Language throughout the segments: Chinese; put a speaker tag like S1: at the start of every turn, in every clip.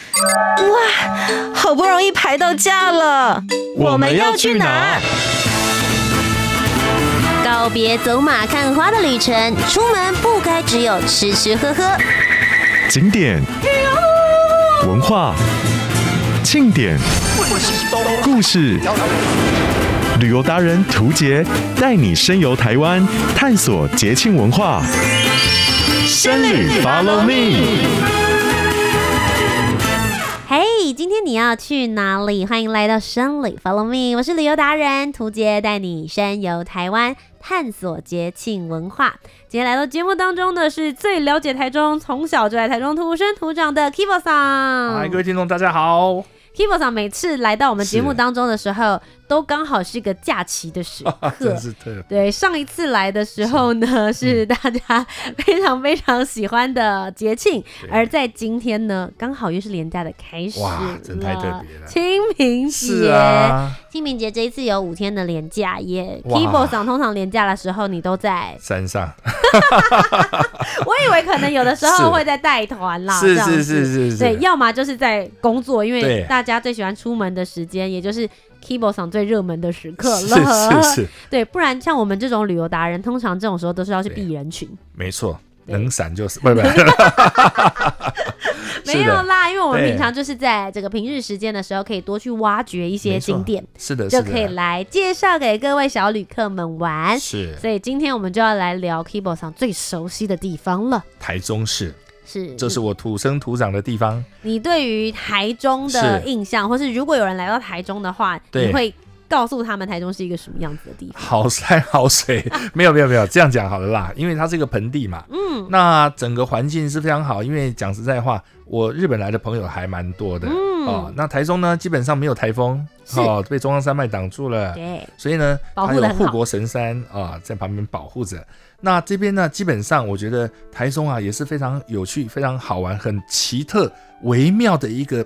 S1: 哇，好不容易排到假了，
S2: 我们要去哪？
S3: 告别走马看花的旅程，出门不该只有吃吃喝喝。
S4: 景点、文化、庆典、故事。旅游达人涂杰带你深游台湾，探索节庆文化。深旅 Follow Me。
S3: 嘿今天你要去哪里？欢迎来到深旅 Follow Me，我是旅游达人涂杰，带你深游台湾，探索节庆文化。今天来到节目当中的是最了解台中，从小就在台中土生土长的 Kibo
S2: 嗨，
S3: 桑
S2: 各。位听众，大家好。
S3: Kibo 桑每次来到我们节目
S2: 是
S3: 当中的时候，都刚好是个假期的时刻
S2: 真。是特嗯
S3: 对，上一次来的时候呢，是大家非常非常喜欢的节庆，而在今天呢，刚好又是廉价的开始
S2: 哇真太特别了
S3: 清明节。
S2: 是啊，
S3: 清明节这一次有五天的廉价耶。
S2: 哇，
S3: Keyboard 上通常廉价的时候，你都在
S2: 山上
S3: 我以为可能有的时
S2: 是
S3: 候会在带团啦，这
S2: 是
S3: 样子
S2: 是是是是，
S3: 对，要么就是在工作，因为
S2: 对
S3: 大家最喜欢出门的时间，也就是 Keyboard 上最热门的时刻
S2: 是
S3: 了。
S2: 是是，
S3: 对，不然像我们这种旅游达人，通常这种时候都是要去避人群。
S2: 没错，
S3: 对
S2: 能闪就是，不不，是的
S3: 没有啦，因为我们
S2: 对
S3: 平常就是在这个平日时间的时候，可以多去挖掘一些
S2: 没错
S3: 景点，
S2: 是的，
S3: 就是
S2: 的
S3: 可以来介绍给各位小旅客们玩。
S2: 是
S3: 所以今天我们就要来聊 Keyboard 上最熟悉的地方了，
S2: 台中市，
S3: 是，
S2: 这是我土生土长的地方。
S3: 你对于台中的
S2: 是
S3: 印象，或是如果有人来到台中的话，
S2: 对
S3: 你会告诉他们台中是一个什么样子的地方？
S2: 好山好水， 没有没有没有，这样讲好了啦，因为它是一个盆地嘛，嗯，那整个环境是非常好，因为讲实在话，我日本来的朋友还蛮多的，
S3: 嗯
S2: 哦，那台中呢基本上没有台风，
S3: 是
S2: 哦，被中央山脉挡住了，
S3: 对，
S2: 所以呢，
S3: 保
S2: 它
S3: 护
S2: 有
S3: 得很好
S2: 护国神山啊、在旁边保护着。那这边呢，基本上我觉得台中啊也是非常有趣、非常好玩、很奇特、微妙的一个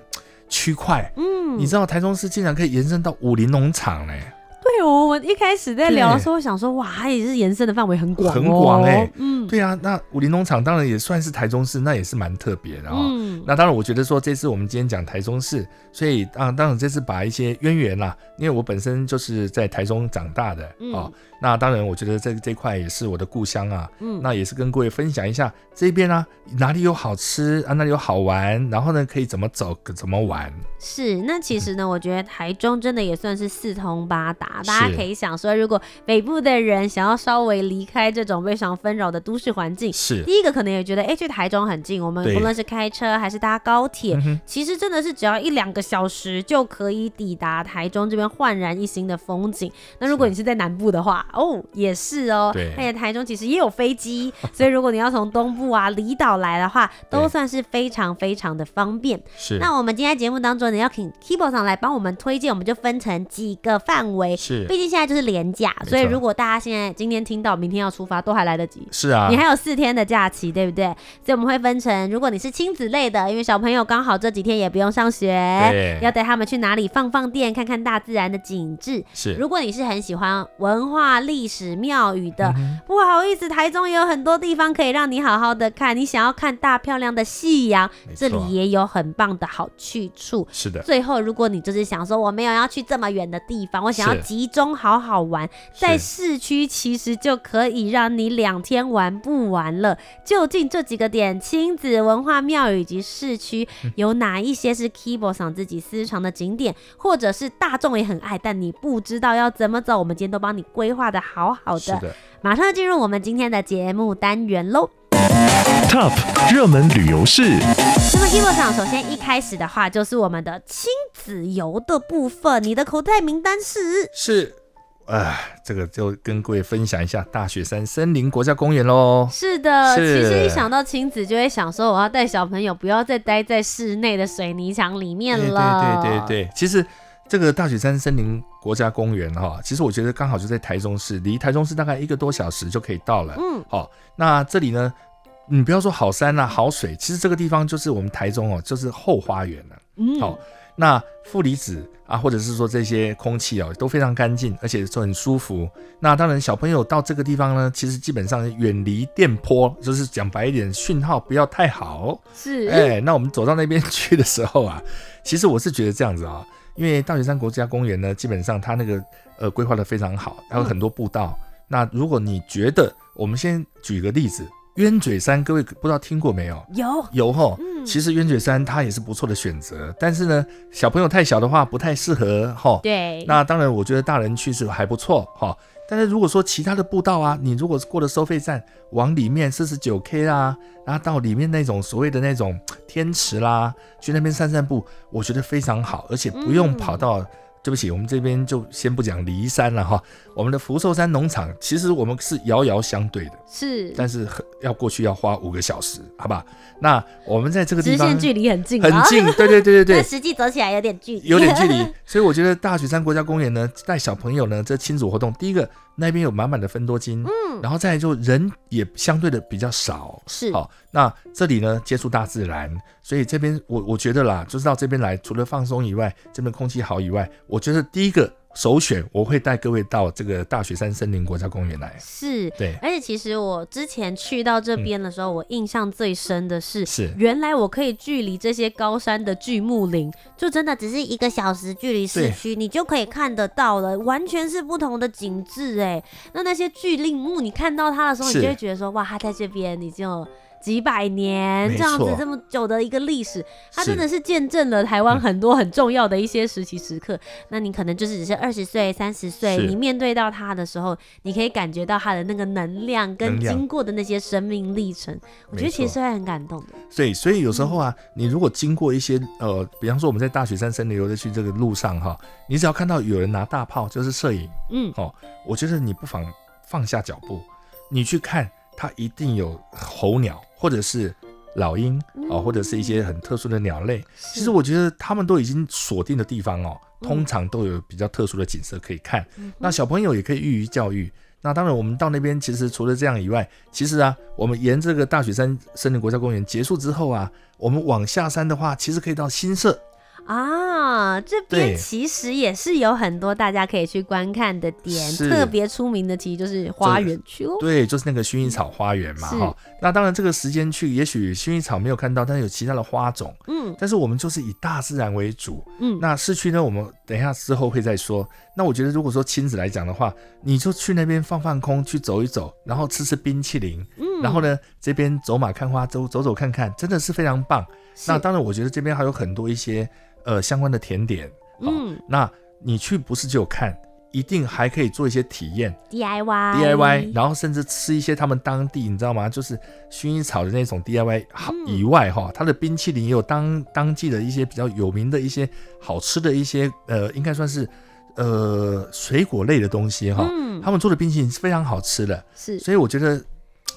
S2: 区块。
S3: 嗯
S2: 你知道台中市竟然可以延伸到武林农场嘞、
S3: 对哦，我一开始在聊的
S2: 对
S3: 时候想说，哇，它也是延伸的范围很广、哦，
S2: 很广欸
S3: 嗯
S2: 对啊，那武林农场当然也算是台中市，那也是蛮特别的啊、
S3: 嗯，
S2: 那当然，我觉得说这次我们今天讲台中市，所以啊，当然这次把一些渊源啦、因为我本身就是在台中长大的、
S3: 嗯
S2: 哦，那当然我觉得这这块也是我的故乡啊，
S3: 嗯
S2: 那也是跟各位分享一下这边啊哪里有好吃啊，哪里有好玩，然后呢可以怎么走怎么玩，
S3: 是，那其实呢，我觉得台中真的也算是四通八达，大家
S2: 是
S3: 可以想说，如果北部的人想要稍微离开这种非常纷扰的都市环境，
S2: 是
S3: 第一个可能也觉得，哎、去台中很近，我们
S2: 对嗯
S3: 不论是开车还是搭高铁，
S2: 哼
S3: 其实真的是只要一两个小时就可以抵达台中这边焕然一新的风景。那如果你是在南部的话，哦，也是哦，
S2: 对
S3: 而且台中其实也有飞机， 所以如果你要从东部啊离岛来的话，都
S2: 对
S3: 算是非常非常的方便。
S2: 是
S3: 那我们今天节目当中呢，要请 Keyboard 上来帮我们推荐，我们就分成几个范围。
S2: 是
S3: 毕竟现在就是廉价，
S2: 没错
S3: 所以如果大家现在今天听到，明天要出发，都还来得及。
S2: 是啊
S3: 你，还有四天的假期，对不对？所以我们会分成，如果你是亲子类的，因为小朋友刚好这几天也不用上学
S2: 对，
S3: 要带他们去哪里放放电，看看大自然的景致。
S2: 是
S3: 如果你是很喜欢文化、历史、庙宇
S2: 嗯
S3: 的，不好意思，台中也有很多地方可以让你好好的看。你想要看大漂亮的夕阳，
S2: 没
S3: 这
S2: 错
S3: 里也有很棒的好去处。
S2: 是的，
S3: 最后，如果你就是想说我没有要去这么远的地方，我想要
S2: 是
S3: 集中好好玩，在市区其实就可以让你两天玩不完了。究竟这几个点，亲子文化庙宇以及市区
S2: 嗯
S3: 有哪一些是 Keyboard 上自己私藏的景点，或者是大众也很爱，但你不知道要怎么走？我们今天都帮你规划的好好
S2: 是
S3: 的，
S2: 的，
S3: 马上进入我们今天的节目单元喽。
S4: Top 热门旅游市，
S3: 那么 Hero 上首先一开始的话，就是我们的亲子游的部分，你的口袋名单是
S2: 是。啊，这个就跟各位分享一下大雪山森林国家公园喽。
S3: 是的，
S2: 是
S3: 其实一想到亲子，就会想说我要带小朋友不要再待在室内的水泥墙里面了。
S2: 哎对对对对对，其实这个大雪山森林国家公园哈、其实我觉得刚好就在台中市，离台中市大概一个多小时就可以到了。
S3: 嗯，
S2: 好、那这里呢，你不要说好山啦、好水，其实这个地方就是我们台中哦，就是后花园了、
S3: 嗯，
S2: 好、那负离子啊，或者是说这些空气哦，都非常干净，而且都很舒服。那当然，小朋友到这个地方呢，其实基本上远离电波，就是讲白一点，讯号不要太好。
S3: 是，
S2: 哎，那我们走到那边 去的时候啊，其实我是觉得这样子啊、因为大雪山国家公园呢，基本上它那个呃规划的非常好，
S3: 嗯
S2: 它有很多步道。那如果你觉得，我们先举个例子，鸢嘴山，各位不知道听过没有？
S3: 有，
S2: 有吼，
S3: 嗯
S2: 其实鸢嘴山它也是不错的选择，但是呢，小朋友太小的话不太适合吼。
S3: 对，
S2: 那当然，我觉得大人去是还不错哈。但是如果说其他的步道啊，你如果是过了收费站，往里面四十九 K 啦，然后到里面那种所谓的那种天池啦，去那边散散步，我觉得非常好，而且不用
S3: 嗯
S2: 跑到。对不起，我们这边就先不讲离山了哈。我们的福寿山农场其实我们是遥遥相对的，
S3: 是，
S2: 但是很要过去要花五个小时，好吧？那我们在这个地
S3: 直
S2: 方
S3: 线距离很近，
S2: 很
S3: 啊，
S2: 近，对对对对对
S3: 但，实际走起来有点距离，
S2: 有点距 离，所以我觉得大雪山国家公园呢，带小朋友呢，这亲子活动，第一个那边有满满的芬多精，嗯，然后再来就人也相对的比较少，
S3: 是，
S2: 好，那这里呢接触大自然，所以这边我我觉得啦，就是到这边来，除了放松以外，这边空气好以外，我觉得第一个首选我会带各位到这个大雪山森林国家公园来，
S3: 是，
S2: 对，嗯
S3: 而且其实我之前去到这边的时候，我印象最深的是，
S2: 是
S3: 原来我可以距离这些高山的巨木林，就真的只是一个小时距离市区，你就可以看得到了，完全是不同的景致哎。那那些巨林木，你看到它的时候，
S2: 是
S3: 你就会觉得说，哇，它在这边已经有几百年
S2: 没
S3: 这样子
S2: 错
S3: 这么久的一个历史，它
S2: 是
S3: 真的是见证了台湾很多很重要的一些时期时刻。那你可能就是只是二十岁、三十
S2: 是
S3: 岁，你面对到它的时候，你可以感觉到它的那个能量跟
S2: 能量
S3: 经过的那些生命历程，我觉得其
S2: 没错
S3: 实还很感动的。
S2: 所以，所以有时候啊，你如果经过一些呃，比方说我们在大雪山森林游乐区这个路上哈，你只要看到有人拿大炮，就是摄影，
S3: 嗯，
S2: 哦，我觉得你不妨放下脚步，你去看，它一定有候鸟或者是老鹰哦，或者是一些很特殊的鸟类。其实我觉得他们都已经锁定的地方哦，通常都有比较特殊的景色可以看。那小朋友也可以予以教育。那当然，我们到那边其实除了这样以外，其实啊，我们沿这个大雪山森林国家公园结束之后啊，我们往下山的话，其实可以到新社。
S3: 啊，这
S2: 对
S3: 边其实也是有很多大家可以去观看的点，
S2: 是
S3: 特别出名的其实就是花园区喽。
S2: 对，就是那个薰衣草花园嘛，
S3: 是
S2: 哈。那当然，这个时间去，也许薰衣草没有看到，但是有其他的花种。
S3: 嗯
S2: 但是我们就是以大自然为主。
S3: 嗯，
S2: 那市区呢，我们等一下之后会再说。那我觉得，如果说亲子来讲的话，你就去那边放放空，去走一走，然后吃吃冰淇淋，嗯，然后呢，这边走马看花，走走走看看，真的是非常棒。
S3: 是
S2: 那当然，我觉得这边还有很多一些呃相关的甜点。哦
S3: 嗯
S2: 那你去不是只有看，一定还可以做一些体验。
S3: DIY
S2: DIY，然后甚至吃一些他们当地，你知道吗？就是薰衣草的那种 DIY 好
S3: 嗯
S2: 以外哈，它的冰淇淋也有当当季的一些比较有名的一些好吃的一些呃，应该算是呃水果类的东西哈。
S3: 嗯
S2: 他们做的冰淇淋是非常好吃的，
S3: 是
S2: 所以我觉得，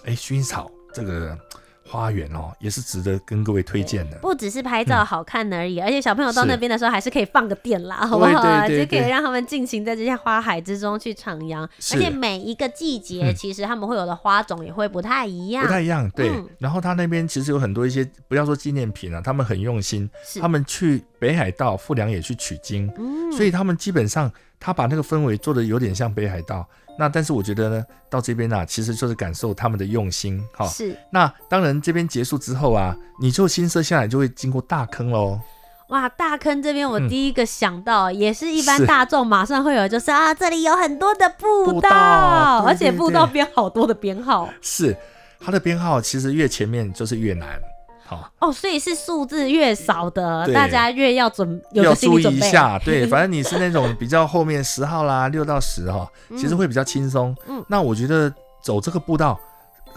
S2: 哎，薰衣草这个花园哦，也是值得跟各位推荐的。
S3: 不只是拍照好看而已，而且小朋友到
S2: 嗯是
S3: 那边的时候还是可以放个电啦，好不好啊？
S2: 对对
S3: 就可以
S2: 对
S3: 让他们尽情在这些花海之中去徜徉。
S2: 是
S3: 而且每一个季节，
S2: 嗯
S3: 其实他们会有的花种也会不太一样
S2: 不。太一样，对。
S3: 嗯
S2: 然后他那边其实有很多一些，不要说纪念品啊，他们很用心，
S3: 是嗯
S2: 他们去北海道富良野去取经，所以他们基本上他把那个氛围做的有点像北海道。那但是我觉得呢，到这边啊，其实就是感受他们的用心哈。
S3: 是
S2: 那当然，这边结束之后啊，你就新设下来就会经过大坑喽。
S3: 哇，大坑这边我
S2: 嗯
S3: 第一个想到，也是一般
S2: 是
S3: 大众马上会有，就是啊，这里有很多的步
S2: 步道对
S3: 而且
S2: 对
S3: 步道
S2: 对
S3: 编好多的编号
S2: 是它的编号，其实越前面就是越难。好，
S3: 哦，所以是数字越少的，
S2: 对
S3: 大家越要准有
S2: 要
S3: 个心
S2: 注
S3: 理
S2: 意
S3: 准
S2: 一
S3: 备。
S2: 下，对，反正你是那种比较后面十号啦，六到十哈，其实会比较轻松。
S3: 嗯
S2: 那我觉得走这个步道，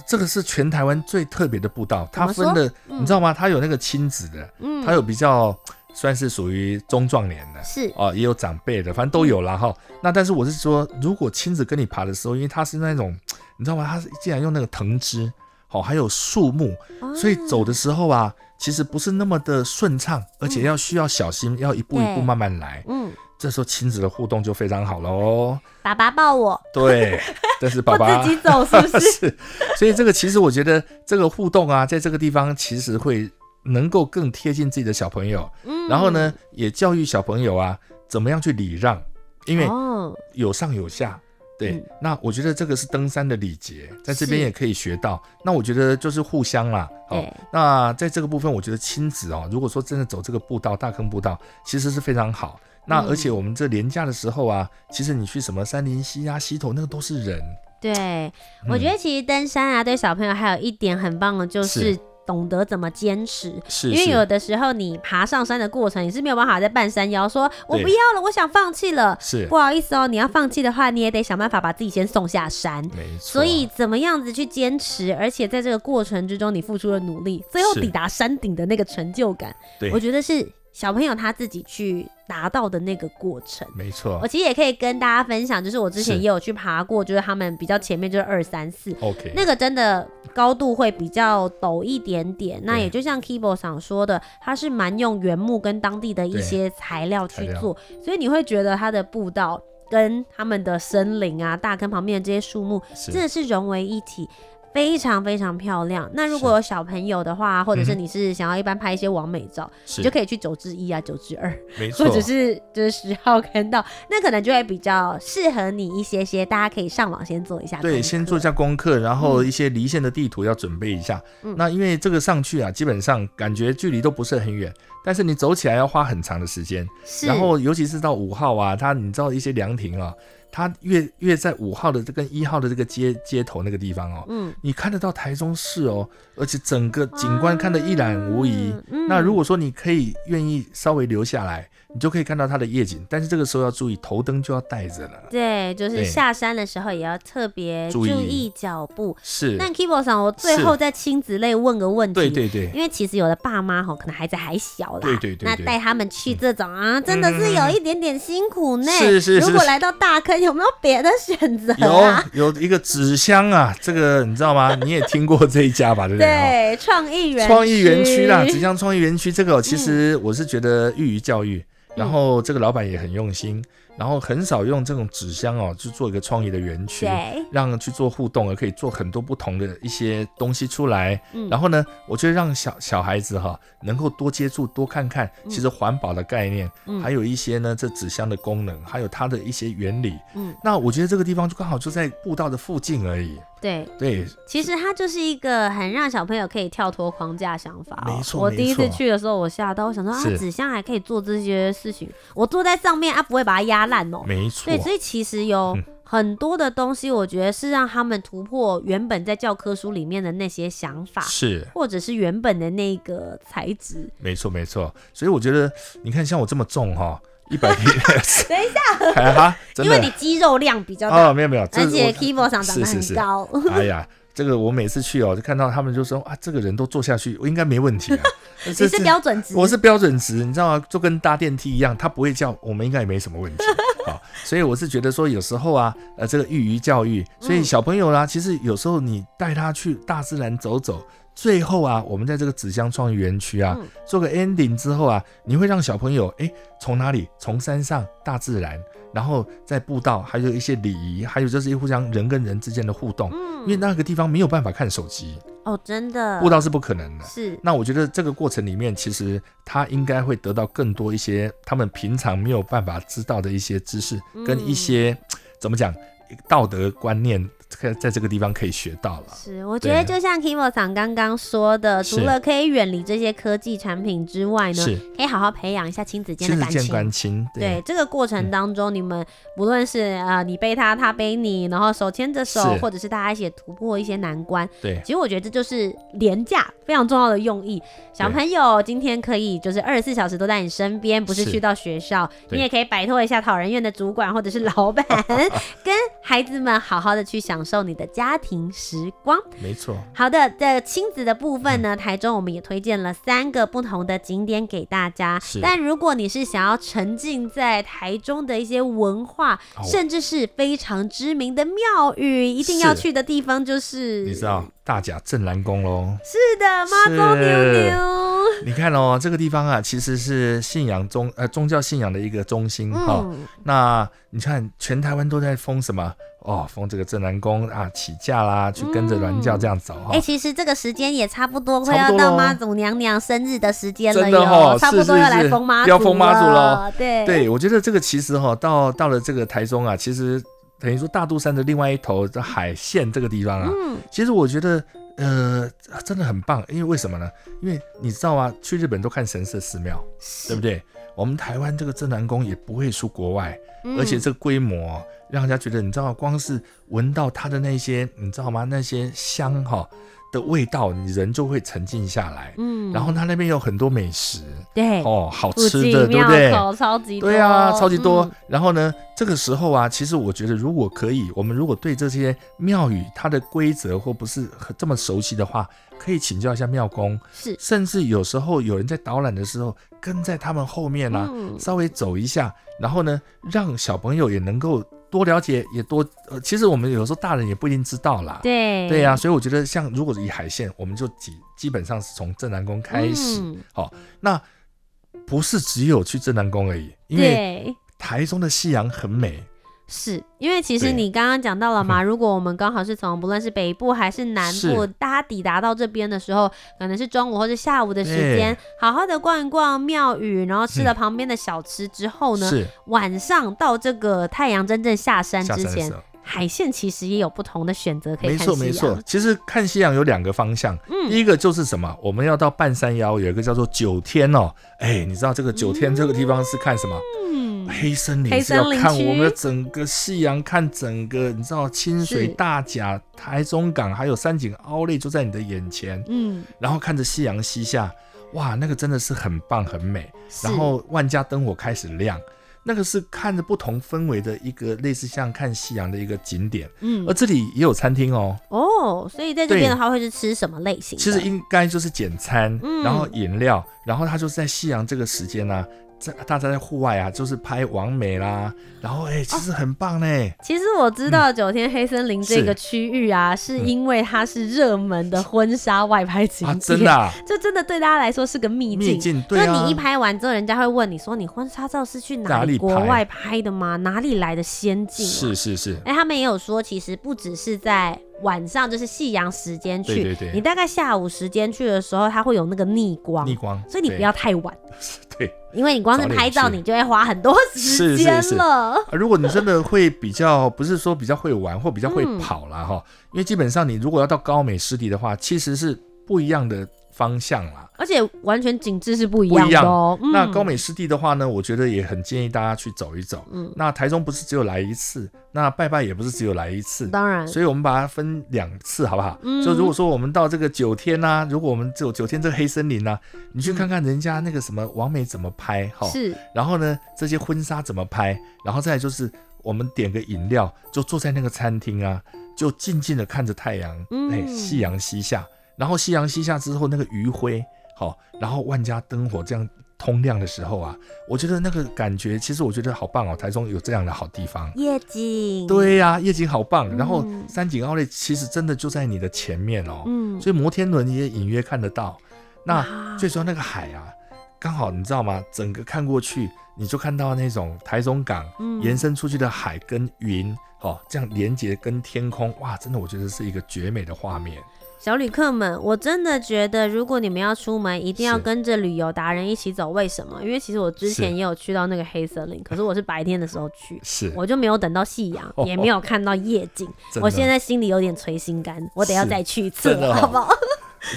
S2: 这个是全台湾最特别的步道，它
S3: 么说
S2: 分的，
S3: 嗯
S2: 你知道吗？它有那个亲子的，
S3: 嗯
S2: 它有比较算是属于中壮年的。
S3: 是
S2: 哦，也有长辈的，反正都有啦哈。
S3: 嗯
S2: 那但是我是说，如果亲子跟你爬的时候，因为它是那种，你知道吗？它是竟然用那个藤枝，好、还有树木，所以走的
S3: 啊
S2: 时候啊啊，其实不是那么的顺畅，而且要需要小心，要一步一步
S3: 嗯对
S2: 慢慢来。
S3: 嗯
S2: 这时候亲子的互动就非常好了 哦。
S3: 爸爸抱我，
S2: 对，但是爸爸
S3: 我自己走是不 是？
S2: 是，所以这个其实我觉得这个互动啊，在这个地方其实会能够更贴近自己的小朋友，
S3: 嗯
S2: 然后呢，也教育小朋友啊，怎么样去礼让，因为
S3: 哦，
S2: 有上有下。对，
S3: 嗯
S2: 那我觉得这个是登山的礼节，在这边
S3: 是
S2: 也可以学到。那我觉得就是互相啦。哦
S3: 对，
S2: 那在这个部分，我觉得亲子哦，如果说真的走这个步道大坑步道，其实是非常好。那
S3: 嗯
S2: 而且我们这廉价的时候啊，其实你去什么三林溪啊、溪头，那个都是人。
S3: 对，我
S2: 嗯
S3: 觉得其实登山啊，对小朋友还有一点很棒的就是
S2: 是
S3: 懂得怎么坚持。
S2: 是
S3: 因为有的时候你爬上山的过程，你是没有办法在半山腰说“我
S2: 对
S3: 不要了，我想放弃了”。
S2: 是
S3: 不好意思哦，你要放弃的话，你也得想办法把自己先送下山。
S2: 没错，
S3: 所以怎么样子去坚持，而且在这个过程之中你付出了努力，最后
S2: 是
S3: 抵达山顶的那个成就感，
S2: 对
S3: 我觉得是小朋友他自己去达到的那个过程。
S2: 没错
S3: 我其实也可以跟大家分享，就是我之前
S2: 哦是
S3: 也有去爬过，就是他们比较前面就是二三四，
S2: ，OK，
S3: 那个真的高度会比较陡一点点。那
S2: 对
S3: 也就像 Kibo 想说的，它是蛮用原木跟当地的一
S2: 对
S3: 些材料
S2: 材
S3: 去
S2: 料
S3: 做，所以你会觉得它的步道跟他们的森林啊、大坑旁边的这些树木，
S2: 是
S3: 真的是融为一体。非常非常漂亮。那如果
S2: 是
S3: 有小朋友的话，或者是
S2: 嗯哼
S3: 你是想要一般拍一些完美照，
S2: 是
S3: 你就可以去九至一啊、九至二，
S2: 没
S3: 或
S2: 错，
S3: 者是就是十号坑道，那可能就会比较适合你一些些。大家可以上网先做一下，
S2: 对，先做一。下功课，然后一些离线的地图要准备一下。
S3: 嗯
S2: 那因为这个上去啊，基本上感觉距离都不是很远，但是你走起来要花很长的时间。
S3: 是，
S2: 然后尤其是到五号啊，它你知道一些凉亭啊，它越越在五号的这跟一号的这个街街头那个地方哦，
S3: 嗯，
S2: 你看得到台中市哦，而且整个景观看得一览无遗。
S3: 啊嗯
S2: 那如果说你可以愿意稍微留下来，你就可以看到它的夜景，但是这个时候要注意头灯就要带着了。
S3: 对，就是
S2: 对
S3: 下山的时候也要特别注
S2: 注意
S3: 意脚步。
S2: 是，
S3: 那 Kibo 上，我最
S2: 是
S3: 后在亲子类问个问题，
S2: 对对对，
S3: 因为其实有的爸妈吼，可能孩子还小啦，
S2: 对对对嗯
S3: 那
S2: 对
S3: 带他们去这种啊，真的是有一点点辛苦呢。
S2: 是是是
S3: 如果来到大坑，有没有别的选择啊？
S2: 有有一个纸箱啊，这个你知 道吗？你也听过这一家吧，对不对？哦
S3: 对，创意园嗯
S2: 创意园区啦，
S3: 区
S2: 纸箱创意园区这个哦，其实我是觉得寓于教育，
S3: 嗯
S2: 然后这个老板也很用心，然后很少用这种纸箱哦去做一个创意的园区。
S3: 对，
S2: 让去做互动，而可以做很多不同的一些东西出来。
S3: 嗯
S2: 然后呢，我觉得让小小孩子哈能够多接触、多看看，其实环保的概念，
S3: 嗯
S2: 还有一些呢这纸箱的功能，还有它的一些原理。
S3: 嗯，
S2: 那我觉得这个地方就刚好就在步道的附近而已。
S3: 对，
S2: 对，
S3: 其实它就是一个很让小朋友可以跳脱框架想法、哦。
S2: 没错
S3: 我第一次
S2: 没错
S3: 去的时候，我吓到，我想说啊，
S2: 是
S3: 纸箱还可以做这些事情，我坐在上面啊，不会把它压烂哦。
S2: 没错嗯
S3: 对，，所以其实有很多的东西，我觉得是让他们突破原本在教科书里面的那些想法，
S2: 是
S3: 或者是原本的那个材质。
S2: 没错没错。所以我觉得，你看像我这么重哈、1一百 零，
S3: 等一下，
S2: 哎 哈，真
S3: 因为你
S2: 的
S3: 肌肉量比较大，
S2: 哦，没有没有，这
S3: 而且
S2: 我
S3: keyboard 上长得
S2: 是是
S3: 很
S2: 是
S3: 高。
S2: 哎呀，这个我每次去哦，就看到他们就说啊，这个人都坐下去，我应该没问题啊。
S3: 你是标准值，
S2: 我是标准值，你知道吗？就跟搭电梯一样，他不会叫，我们应该也没什么问题。好，所以我是觉得说，有时候啊，呃，这个寓于教育，所以小朋友啦、其实有时候你带他去大自然走走，最后啊，我们在这个纸箱创意园区啊
S3: 嗯，
S2: 做个 ending 之后啊，你会让小朋友诶，从哪里？从山上、大自然，然后在步道，还有一些礼仪，还有就是互相人跟人之间的互动，因为那个地方没有办法看手机，
S3: 哦，真的
S2: 步道是不可能的。
S3: 是
S2: 那我觉得这个过程里面，其实他应该会得到更多一些他们平常没有办法知道的一些知识，
S3: 嗯
S2: 跟一些怎么讲道德观念，在在这个地方可以学到了。
S3: 是，我觉
S2: 对
S3: 得
S2: 啊
S3: 就像 Kimo 桑刚刚说的，除
S2: 是
S3: 了可以远离这些科技产品之外呢
S2: 是，
S3: 可以好好培养一下亲子间
S2: 亲
S3: 的
S2: 子
S3: 感
S2: 见
S3: 情
S2: 关。亲，
S3: 对，这个过程当中，你们不论是呃你背他，他背你，然后手牵着手，
S2: 是
S3: 或者是大家一起突破一些难关，
S2: 对，
S3: 其实我觉得这就是廉价非常重要的用意。小
S2: 对
S3: 朋友今天可以就是二十四小时都在你身边，不是
S2: 是
S3: 去到学校，
S2: 对
S3: 你也可以摆脱一下讨人厌的主管或者是老 板，跟孩子们好好的去享受你的家庭时光。
S2: 没错，
S3: 好的，在亲子的部分
S2: 嗯
S3: 呢，台中我们也推荐了三个不同的景点给大家
S2: 是。
S3: 但如果你是想要沉浸在台中的一些文化，
S2: 哦
S3: 甚至是非常知名的庙宇，一定要
S2: 是
S3: 去的地方就是
S2: 你知道大甲镇澜宫喽。
S3: 是的，妈祖牛
S2: 是
S3: 牛，
S2: 你看哦， 这个地方啊，其实是信仰宗呃宗教信仰的一个中心哈、哦
S3: 嗯，
S2: 那你看，全台湾都在封什么？哦，封这个镇南宫啊，起驾啦，去跟着鸾教这样走哈、
S3: 哎、其实这个时间也差不多快
S2: 差
S3: 要
S2: 不多
S3: 到
S2: 咯
S3: 妈祖娘娘生日的时间了
S2: 真的
S3: 哟，
S2: 哦
S3: 差不
S2: 是
S3: 多
S2: 是
S3: 要来
S2: 是
S3: 封妈祖，
S2: 要封妈祖
S3: 了
S2: 咯，
S3: 对，
S2: 对，我觉得这个其实哈、到到了这个台中啊，其实等于说大肚山的另外一头的海线这个地方啊，
S3: 嗯，
S2: 其实我觉得呃真的很棒，因为为什么呢？因为你知道啊，去日本都看神社寺庙，对不对？我们台湾这个镇南宫也不会输国外，
S3: 嗯
S2: 而且这个规模让人家觉得，你知道，光是闻到它的那些，你知道吗？那些香哈的味道，你人就会沉静下来。
S3: 嗯，
S2: 然后它那边有很多美食
S3: 对，
S2: 哦，好
S3: 附
S2: 吃
S3: 近
S2: 的，对
S3: 庙
S2: 不对？
S3: 口超级
S2: 对啊，
S3: 多
S2: 超级多。
S3: 嗯
S2: 然后呢，这个时候啊，其实我觉得，如果可以，我们如果对这些庙宇它的规则或不是很这么熟悉的话，可以请教一下庙公，
S3: 是
S2: 甚至有时候有人在导览的时候跟在他们后面啦、
S3: 嗯
S2: 稍微走一下，然后呢，让小朋友也能够多了解，也多呃，其实我们有时候大人也不一定知道啦。
S3: 对嗯
S2: 对啊呀、所以我觉得像如果是以海线，我们就基基本上是从正南宫开始，好、
S3: 嗯
S2: 那不是只有去正南宫而已，因为
S3: 对。
S2: 台中的夕阳很美，
S3: 是因为其实
S2: 对嗯
S3: 你刚刚讲到了嘛，如果我们刚好是从不论是北部还是南部，
S2: 是
S3: 大家抵达到这边的时候，可能是中午或是下午的时间，好好的逛一逛庙宇，然后吃了旁边的小吃之后呢，
S2: 是
S3: 晚上到这个太阳真正下山
S2: 下
S3: 之
S2: 山的
S3: 前
S2: 时，候，
S3: 海线其实也有不同的选择可以
S2: 没
S3: 看
S2: 错
S3: 夕
S2: 没错
S3: 阳。嗯
S2: 其实看夕阳有两个方向，第一个就是什么？我们要到半山腰有一个叫做九天哦，哎，你知道这个九天这个地方是看什么？
S3: 嗯，
S2: 黑森
S3: 黑
S2: 林是
S3: 森
S2: 要
S3: 林
S2: 看
S3: 区
S2: 我们的整个夕阳，看整个你知道清水、
S3: 是
S2: 大甲、台中港，还有三井凹类就在你的眼前，
S3: 嗯，
S2: 然后看着夕阳西下，哇，那个真的是很棒很美。
S3: 是
S2: 然后万家灯火开始亮，那个是看着不同氛围的一个类似像看夕阳的一个景点，
S3: 嗯
S2: 而这里也有餐厅哦。
S3: 哦，所以在这
S2: 对
S3: 边的话会是吃什么类型的？
S2: 其实应该就是简餐
S3: 嗯，
S2: 然后饮料，然后它就是在夕阳这个时间呢、啊，在大家在户外啊，就是拍完美啦，然后哎、其
S3: 哦
S2: 实很棒嘞。
S3: 其实我知道九天黑森林
S2: 嗯
S3: 这个区域啊，是因为它是热门的婚纱外拍景
S2: 啊，
S3: 点，
S2: 真的、啊，
S3: 这真的对大家来说是个秘境。
S2: 秘境
S3: 就
S2: 对
S3: 是
S2: 啊，
S3: 你一拍完之后，人家会问你说：“你婚纱照是去哪
S2: 哪
S3: 里
S2: 里
S3: 国
S2: 拍
S3: 外拍的吗？哪里来的仙境、啊？”
S2: 是是是，
S3: 哎、他们也有说，其实不只是在晚上，就是夕阳时间去，
S2: 对对对
S3: 你大概下午时间去的时候，它会有那个逆光，
S2: 逆光，
S3: 所以你
S2: 对
S3: 不要太晚，
S2: 对。
S3: 因为你光是
S2: 早点
S3: 拍照，
S2: 去
S3: 你就会花很多时
S2: 是是
S3: 间了。
S2: 是啊如果你真的会比较，不是说比较会玩或比较会
S3: 嗯
S2: 跑啦哈，因为基本上你如果要到高美湿地的话，其实是不一样的方向啦。
S3: 而且完全景致是不一样的哦。嗯
S2: 那高美湿地的话呢，我觉得也很建议大家去走一走。
S3: 嗯
S2: 那台中不是只有来一次，那拜拜也不是只有来一次，
S3: 当然
S2: 所以我们把它分两次，好不好？
S3: 嗯
S2: 就如果说我们到这个九天呐、如果我们只有九天这个黑森林呐、啊
S3: 嗯
S2: 你去看看人家那个什么王美怎么拍哈，
S3: 是
S2: 然后呢，这些婚纱怎么拍？然后再来就是我们点个饮料，就坐在那个餐厅啊，就静静的看着太阳，
S3: 嗯
S2: 哎，夕阳西下。然后夕阳西下之后，那个余晖，好、然后万家灯火这样通亮的时候啊，我觉得那个感觉，其实我觉得好棒哦，台中有这样的好地方。
S3: 夜景，，
S2: 对呀、夜景好棒。然后
S3: 嗯
S2: 三井奥莱其实真的就在你的前面哦。
S3: 嗯，
S2: 所以摩天轮也隐约看得到。
S3: 哇
S2: 那最主要那个海啊，刚好你知道吗？整个看过去，你就看到那种台中港
S3: 嗯
S2: 延伸出去的海跟云，哦，这样连接跟天空，哇，真的我觉得是一个绝美的画面。
S3: 小旅客们，我真的觉得，如果你们要出门，一定要
S2: 是
S3: 跟着旅游达人一起走。为什么？因为其实我之前
S2: 是
S3: 也有去到那个黑森林，可是我是白天的时候去。
S2: 是，哦
S3: 我就没有等到夕阳，也没有看到夜景。
S2: 真的
S3: 我现在心里有点垂心肝，我得要
S2: 是
S3: 再去一次
S2: 真的
S3: 了，
S2: 哦
S3: 好不好？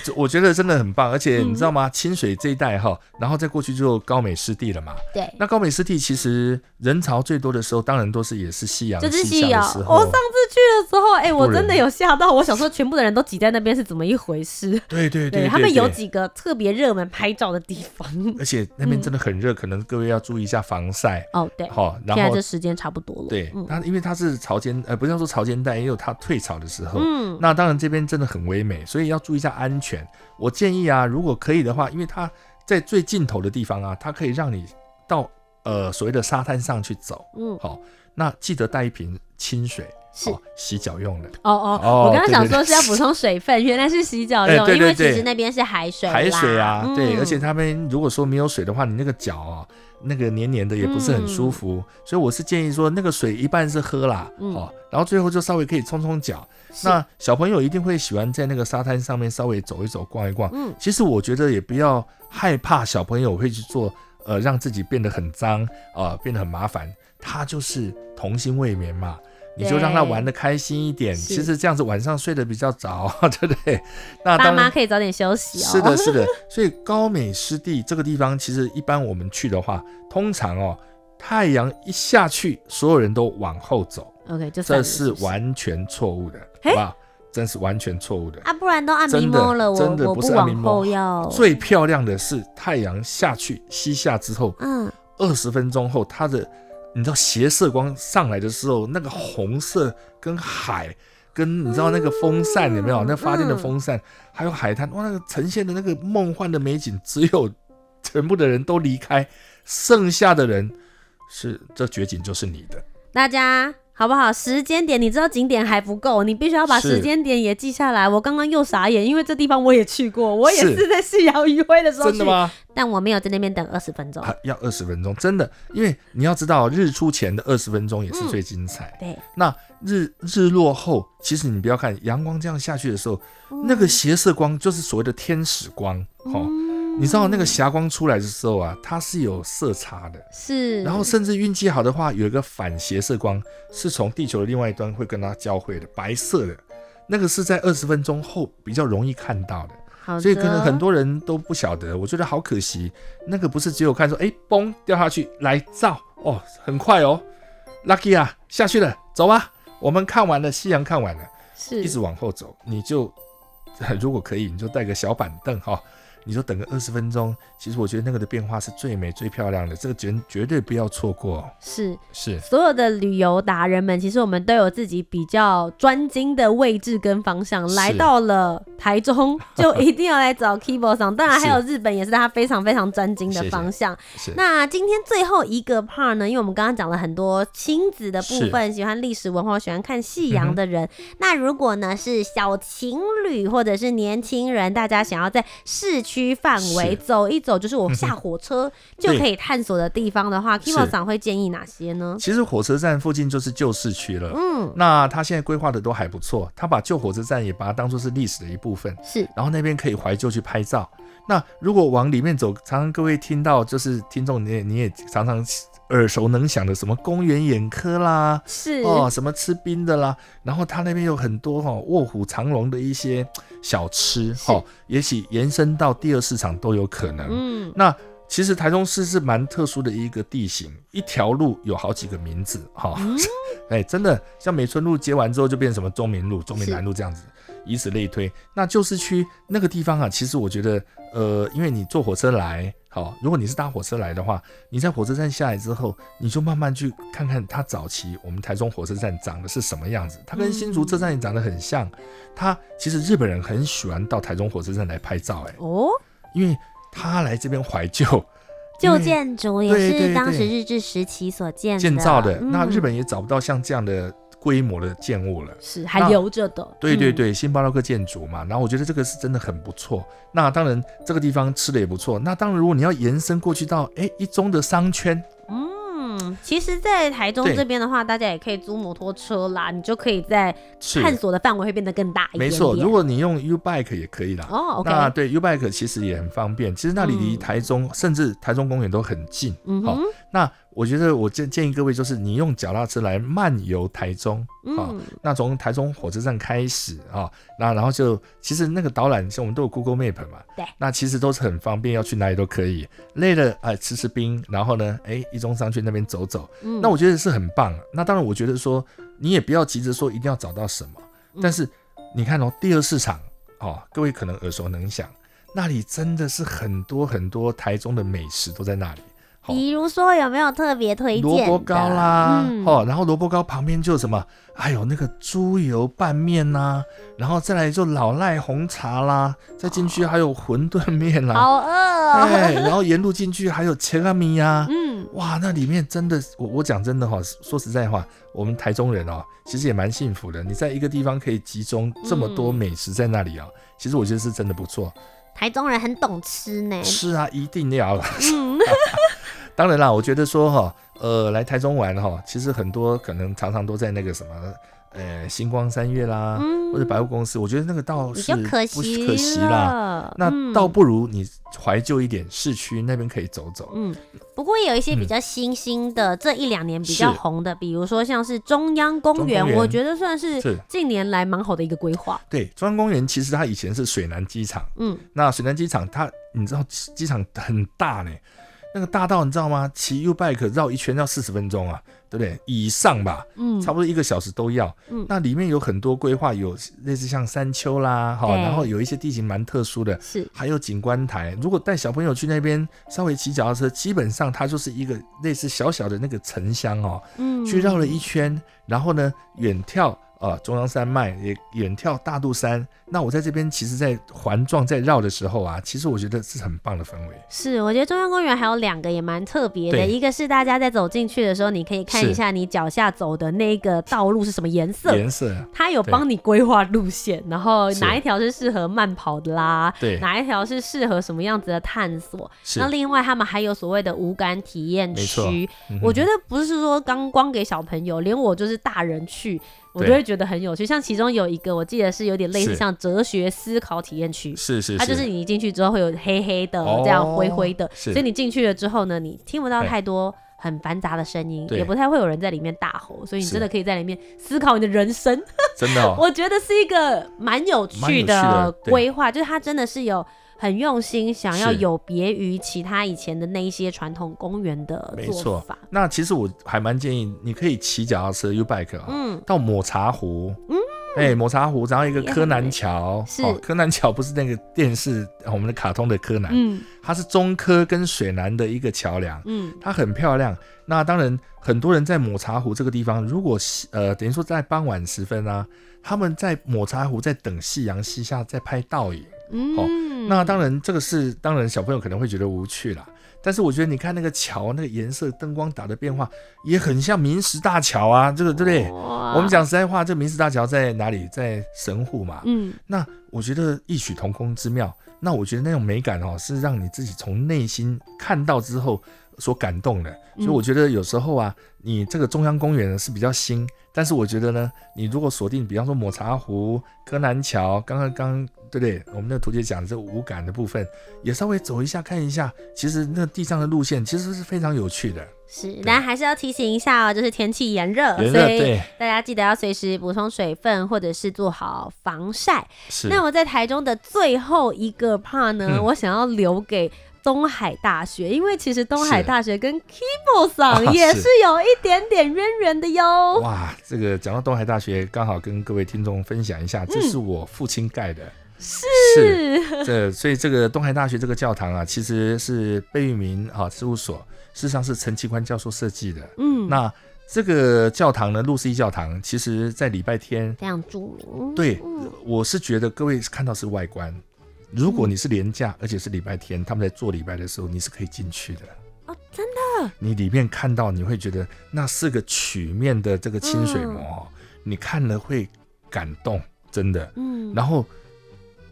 S2: 这我觉得真的很棒。而且
S3: 嗯
S2: 你知道吗？清水这一带哈，然后再过去就高美湿地了嘛。
S3: 对，
S2: 那高美湿地其实人潮最多的时候，当然都是也是夕阳
S3: 就是
S2: 西
S3: 夕
S2: 下
S3: 阳哦
S2: 的时。
S3: 我
S2: 候
S3: 上。次去的时候，哎、我真的
S2: 人
S3: 有吓到，我想说全部的人都挤在那边是怎么一回事？
S2: 对 对
S3: 对
S2: 对，
S3: 他们有
S2: 对
S3: 几个特别热门拍照的地方。
S2: 而且那边真
S3: 嗯
S2: 的很热，可能各位要注意一下防晒。
S3: 哦，对，
S2: 好，然
S3: 现在
S2: 后
S3: 这时间差不多了。
S2: 对
S3: 嗯
S2: 它，因为它是潮间，呃，不是要说潮间带，也有它退潮的时候。
S3: 嗯，
S2: 那当然这边真的很唯美，所以要注意一下安全。我建议啊，如果可以的话，因为它在最尽头的地方啊，它可以让你到呃所谓的沙滩上去走。
S3: 嗯
S2: 好、那记得带一瓶清水，
S3: 是
S2: 哦洗脚用的。
S3: 哦哦，
S2: 哦
S3: 我刚刚想
S2: 对对
S3: 说
S2: 对
S3: 是要 补充水分，原来是洗脚
S2: 哎
S3: 用，
S2: 对对
S3: 因为其
S2: 对
S3: 实那边是海水啦，
S2: 海水啊，对，
S3: 嗯
S2: 而且他们如果说没有水的话，你那个脚啊，那个黏黏的也不是很舒服，所以我是建议说，那个水一半是喝啦，
S3: 嗯
S2: 哦，然后最后就稍微可以冲冲脚。
S3: 是
S2: 那小朋友一定会喜欢在那个沙滩上面稍微走一走、逛一逛。
S3: 嗯
S2: 其实我觉得也不要害怕小朋友会去做，呃，让自己变得很脏啊、呃变得很麻烦。他就是童心未泯嘛，你就让他
S3: 对
S2: 玩的开心一点。
S3: 是
S2: 其实这样子晚上睡得比较早， 对不对？那
S3: 爸
S2: 当
S3: 妈
S2: 然。
S3: 可以早点休息哦。
S2: 是的，，是的。所以高美湿地这个地方，其实一般我们去的话，通常哦，太阳一下去，所有人都往后走，
S3: OK，就算
S2: 这
S3: 了
S2: 是
S3: 不哦
S2: 完全错误的，
S3: 嘿
S2: 好不好？真是完全错误的。
S3: 啊，不然都按迷
S2: 真的
S3: 蒙了，我
S2: 真的
S3: 我
S2: 不是按迷
S3: 往
S2: 蒙
S3: 后要
S2: 最漂亮的是太阳下去西下之后，
S3: 嗯
S2: 二十分钟后，它的你知道斜射光上来的时候，那个红色跟海。跟你知道那个风扇有没有？那发电的风扇，还有海滩，哇，那个呈现的那个梦幻的美景，只有全部的人都离开，剩下的人是这绝景就是你的。
S3: 大家好不好？时间点，你知道景点还不够，你必须要把
S2: 是
S3: 时间点也记下来。我刚刚又傻眼，因为这地方我也去过，我也是在夕阳余晖的时候
S2: 真
S3: 去
S2: 的，吗？
S3: 但我没有在那边等二十分钟。
S2: 啊，要二十分钟，真的，因为你要知道，日出前的二十分钟也是最精彩。
S3: 对，
S2: 那日日落后，其实你不要看阳光这样下去的时候，那个斜射光就是所谓的天使光哦。你知道那个霞光出来的时候啊，它是有色差的，
S3: 是，
S2: 然后甚至运气好的话，有一个反斜射光是从地球的另外一端会跟它交汇的，白色的，那个是在二十分钟后比较容易看到的。
S3: 好的
S2: 所以可能很多人都不晓得，我觉得好可惜。那个不是只有看说，哎，嘣掉下去，来照哦，很快哦，lucky 啊，下去了，走吧。我们看完了，夕阳看完了，
S3: 是
S2: 一直往后走，你就如果可以，你就带个小板凳哈、你就等个二十分钟。其实我觉得那个的变化是最美、最漂亮的，这个绝绝对不要错过。哦
S3: 是。
S2: 是
S3: 所有的旅游达人们，其实我们都有自己比较专精的位置跟方向。
S2: 是
S3: 来到了台中， 就一定要来找 Kibo 上。当然，
S2: 是
S3: 还有日本也是他非常非常专精的
S2: 谢谢
S3: 方向。
S2: 是，
S3: 那今天最后一个 part 呢，因为我们刚刚讲了很多亲子的部分，喜欢历史文化、喜欢看夕阳的
S2: 嗯
S3: 人。那如果呢是小情侣或者是年轻人，大家想要在市区范围
S2: 是嗯
S3: 走一走，就是我下火车就
S2: 对
S3: 可以探索的地方的话
S2: 是
S3: ，Kimo 长会建议哪些呢？
S2: 其实火车站附近就是旧市区了。
S3: 嗯，
S2: 那他现在规划的都还不错，他把旧火车站也把它当做是历史的一部分。
S3: 是
S2: 然后那边可以怀旧去拍照。那如果往里面走，常常各位听到就是听众你也你也常常耳熟能详的什么公园眼科啦，
S3: 是
S2: 哦，什么吃冰的啦，然后它那边有很多哈、哦、卧虎藏龙的一些小吃，
S3: 是
S2: 哈、哦，也许延伸到第二市场都有可能。
S3: 嗯，
S2: 那其实台中市是蛮特殊的一个地形，一条路有好几个名字哈。 哎，真的，像美村路接完之后就变什么中民路、中民南路这样子，以此类推。那旧市区那个地方啊，其实我觉得，呃，因为你坐火车来，好，如果你是搭火车来的话，你在火车站下来之后，你就慢慢去看看它早期我们台中火车站长的是什么样子。它跟新竹车站也长得很像。它其实日本人很喜欢到台中火车站来拍照，哎，
S3: 哦，
S2: 因为他来这边怀旧，
S3: 旧建筑也
S2: 对对
S3: 是
S2: 对
S3: 当时日治时期所建
S2: 建造的。
S3: 嗯
S2: 那日本也找不到像这样的规模的建物了。
S3: 是还
S2: 那
S3: 留着的，
S2: 对对
S3: 嗯，
S2: 对，新巴洛克建筑嘛，然后我觉得这个是真的很不错。那当然，这个地方吃的也不错。那当然，如果你要延伸过去到哎一中的商圈，
S3: 嗯，其实，在台中
S2: 对
S3: 这边的话，大家也可以租摩托车啦，你就可以在
S2: 是
S3: 探索的范围会变得更大一点
S2: 没
S3: 点。
S2: 错，如果你用 U Bike 也可以啦。
S3: 哦，OK，
S2: 那对 U Bike 其实也很方便，其实那里离
S3: 嗯
S2: 台中、甚至台中公园都很近。
S3: 嗯
S2: 好、
S3: 哼，
S2: 那我觉得我建建议各位就是你用脚踏车来漫游台中，好、
S3: 嗯，
S2: 那从台中火车站开始啊、那然后就其实那个导览，像我们都有 Google Map 嘛，
S3: 对
S2: 那其实都是很方便，要去哪里都可以。累了啊、呃吃吃冰，然后呢，哎，一中商圈那边走走，
S3: 嗯
S2: 那我觉得是很棒。啊那当然，我觉得说你也不要急着说一定要找到什么，
S3: 嗯
S2: 但是你看哦，第二市场哦，各位可能耳熟能详，那里真的是很多很多台中的美食都在那里。好
S3: 比如说有没有特别推荐
S2: 萝卜
S3: 的
S2: 糕啦，
S3: 嗯
S2: 哦，然后萝卜糕旁边就有什么，还有那个猪油拌面呐、然后再来就老赖红茶啦，再进去还有馄饨面啦，
S3: 好饿哦，
S2: 哎，然后沿路进去还有切拉米呀，
S3: 嗯，
S2: 哇，那里面真的，我我讲真的哈、说实在话，我们台中人哦，其实也蛮幸福的。你在一个地方可以集中这么多
S3: 嗯
S2: 美食在那里哦，其实我觉得是真的不错。
S3: 台中人很懂吃呢。
S2: 是啊，一定要。
S3: 嗯，
S2: 当然啦，我觉得说哈，呃，来台中玩哈，其实很多可能常常都在那个什么，呃，星光三月啦，
S3: 嗯
S2: 或者百货公司，我觉得那个倒
S3: 你
S2: 是
S3: 就可
S2: 不
S3: 惜嗯
S2: 可惜啦。
S3: 了
S2: 那倒不如你怀旧一点，市区那边可以走走。
S3: 嗯，不过也有一些比
S2: 嗯
S3: 较新兴的，这一两年比较
S2: 是
S3: 红的，比如说像是中央公
S2: 中
S3: 园，
S2: 公园
S3: 我觉得算是
S2: 是
S3: 近年来蛮好的一个规划。
S2: 对，中央公园其实它以前是水南机场，
S3: 嗯，
S2: 那水南机场它你知道机场很大呢，那个大道你知道吗？骑 U bike 绕一圈要四十分钟啊，对不对？以上吧，
S3: 嗯
S2: 差不多一个小时都要。
S3: 嗯
S2: 那里面有很多规划，有类似像山丘啦，哈，
S3: 对
S2: 然后有一些地形蛮特殊的，
S3: 是
S2: 还有景观台。如果带小朋友去那边稍微骑脚踏车，基本上它就是一个类似小小的那个城乡哦，
S3: 嗯
S2: 去绕了一圈，然后呢，远眺啊、呃中央山脉，也远眺大肚山。那我在这边其实，在环状在绕的时候啊，其实我觉得是很棒的氛围。
S3: 是，我觉得中央公园还有两个也蛮特别的，
S2: 对
S3: 一个是大家在走进去的时候，你可以看一
S2: 是
S3: 下你脚下走的那个道路是什么颜色，
S2: 颜色
S3: 它有
S2: 对
S3: 帮你规划路线，然后
S2: 是
S3: 哪一条是适合慢跑的啦，
S2: 对
S3: 哪一条是适合什么样子的探索。
S2: 是
S3: 那另外他们还有所谓的无感体验
S2: 没错
S3: 区，
S2: 嗯哼
S3: 我觉得不是说刚光给小朋友，连我就是大人去，我
S2: 对
S3: 都会觉得很有趣。像其中有一个，我记得是有点类似
S2: 是
S3: 像哲学思考体验区，
S2: 是是
S3: 它啊就是你一进去之后会有黑黑的、
S2: 哦
S3: 这样灰灰的，
S2: 是
S3: 所以你进去了之后呢，你听不到
S2: 对
S3: 太多很繁杂的声音，
S2: 对
S3: 也不太会有人在里面大吼，所以你
S2: 是
S3: 真的可以在里面思考你的人生。
S2: 真的哦，
S3: 我觉得是一个蛮有
S2: 蛮
S3: 趣
S2: 有趣的对
S3: 规划，就是它真的是有很用心，想要
S2: 是
S3: 有别于其他以前的那一些传统公园的
S2: 没
S3: 做
S2: 错
S3: 法。。
S2: 那其实我还蛮建议你可以骑脚踏车 U bike 啊、
S3: 嗯，
S2: 到抹茶湖。嗯。哎、抹茶湖，然后一个
S3: 也很
S2: 柯
S3: 美
S2: 南桥，
S3: 是
S2: 哦，柯南桥不是那个电视哦我们的卡通的柯南，
S3: 嗯
S2: 它是中科跟水南的一个桥梁，
S3: 嗯，
S2: 它很漂亮。那当然，很多人在抹茶湖这个地方，如果西呃等于说在傍晚时分啊，他们在抹茶湖在等夕阳西下，在拍倒影。好
S3: 嗯
S2: 那当然，这个是当然小朋友可能会觉得无趣啦。但是我觉得你看那个桥那个颜色、灯光打的变化，也很像明石大桥啊，这个对不对？
S3: 我
S2: 我们，讲实在话，这明石大桥在哪里？在神户嘛。
S3: 嗯，
S2: 那我觉得异曲同工之妙。那我觉得那种美感哦，是让你自己从内心看到之后所感动的。
S3: 嗯
S2: 所以我觉得有时候啊，你这个中央公园呢是比较新，但是我觉得呢，你如果锁定，比方说抹茶湖、柯南桥，刚刚刚对不对？我们那个图姐讲的这个无感的部分，也稍微走一下看一下，其实那地上的路线其实是非常有趣的。
S3: 是，但还是要提醒一下哦，就是天气炎热，
S2: 炎热
S3: 所以
S2: 对
S3: 大家记得要随时补充水分，或者是做好防晒。
S2: 是
S3: 那我在台中的最后一个 part 呢，
S2: 嗯
S3: 我想要留给。东海大学，因为其实东海
S2: 是
S3: 大学跟 Kibo 桑
S2: 啊
S3: 也
S2: 是
S3: 是有一点点渊源的哟。
S2: 哇，这个讲到东海大学，刚好跟各位听众分享一下，这是我父亲盖的。是
S3: 嗯是，
S2: 这所以这个东海大学这个教堂啊，其实是贝聿铭啊事务所，事实上是陈其宽教授设计的。
S3: 嗯，
S2: 那这个教堂呢，路思一教堂，其实在礼拜天，
S3: 非常著名。
S2: 对，我是觉得各位看到是外观。如
S3: 嗯
S2: 果你是廉价，而且是礼拜天，他们在做礼拜的时候，你是可以进去的。
S3: 哦，真的
S2: 你里面看到，你会觉得那是个曲面的这个清水
S3: 嗯
S2: 模、哦，你看了会感动，真的。
S3: 嗯，
S2: 然后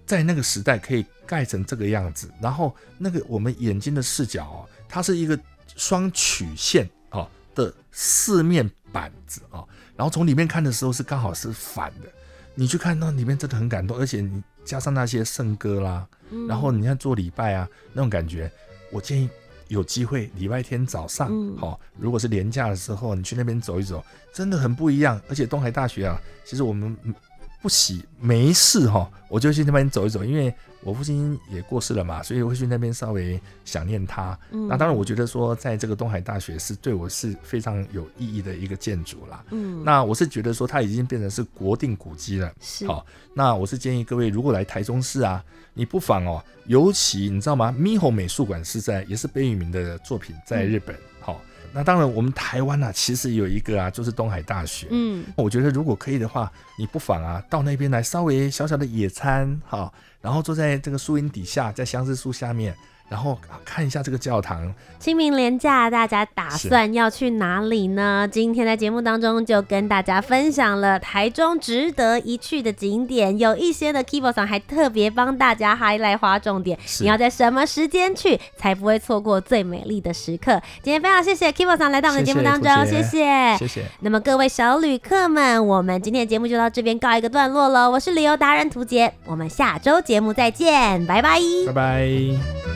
S2: 在那个时代可以盖成这个样子，然后那个我们眼睛的视角哦，它是一个双曲线哦的四面板子哦，然后从里面看的时候是刚好是反的，你去看那里面真的很感动，而且你加上那些圣歌啦，
S3: 嗯
S2: 然后你看做礼拜啊那种感觉，我建议。有机会礼拜天早上，好、
S3: 嗯
S2: 哦，如果是连假的时候，你去那边走一走，真的很不一样。而且东海大学啊，其实我们不喜没事哈、我就去那边走一走，因为我父亲也过世了嘛，所以我会去那边稍微想念他。
S3: 嗯
S2: 那当然，我觉得说，在这个东海大学是对我是非常有意义的一个建筑啦。
S3: 嗯，
S2: 那我是觉得说，它已经变成是国定古迹了。
S3: 是
S2: 好，那我是建议各位，如果来台中市啊，你不妨哦，尤其你知道吗？猕猴美术馆是在也是贝聿铭的作品，在日
S3: 嗯
S2: 本。好、那当然我们台湾啊，其实有一个啊，就是东海大学。
S3: 嗯，
S2: 我觉得如果可以的话，你不妨啊到那边来稍微小小的野餐哈，然后坐在这个树荫底下，在相思树下面，然后啊看一下这个教堂。
S3: 清明连假，大家打算要去哪里呢？今天在节目当中就跟大家分享了台中值得一去的景点，有一些的 Kibo 上还特别帮大家 highlight 划重点，
S2: 是
S3: 你要在什么时间去，才不会错过最美丽的时刻。今天非常谢谢 Kibo 上来到我们的节目当中，
S2: 谢谢
S3: 谢
S2: 谢
S3: 谢。
S2: 谢谢，
S3: 那么各位小旅客们，我们今天的节目就到这边告一个段落喽。我是旅游达人涂杰，我们下周节目再见，拜拜。
S2: 拜拜。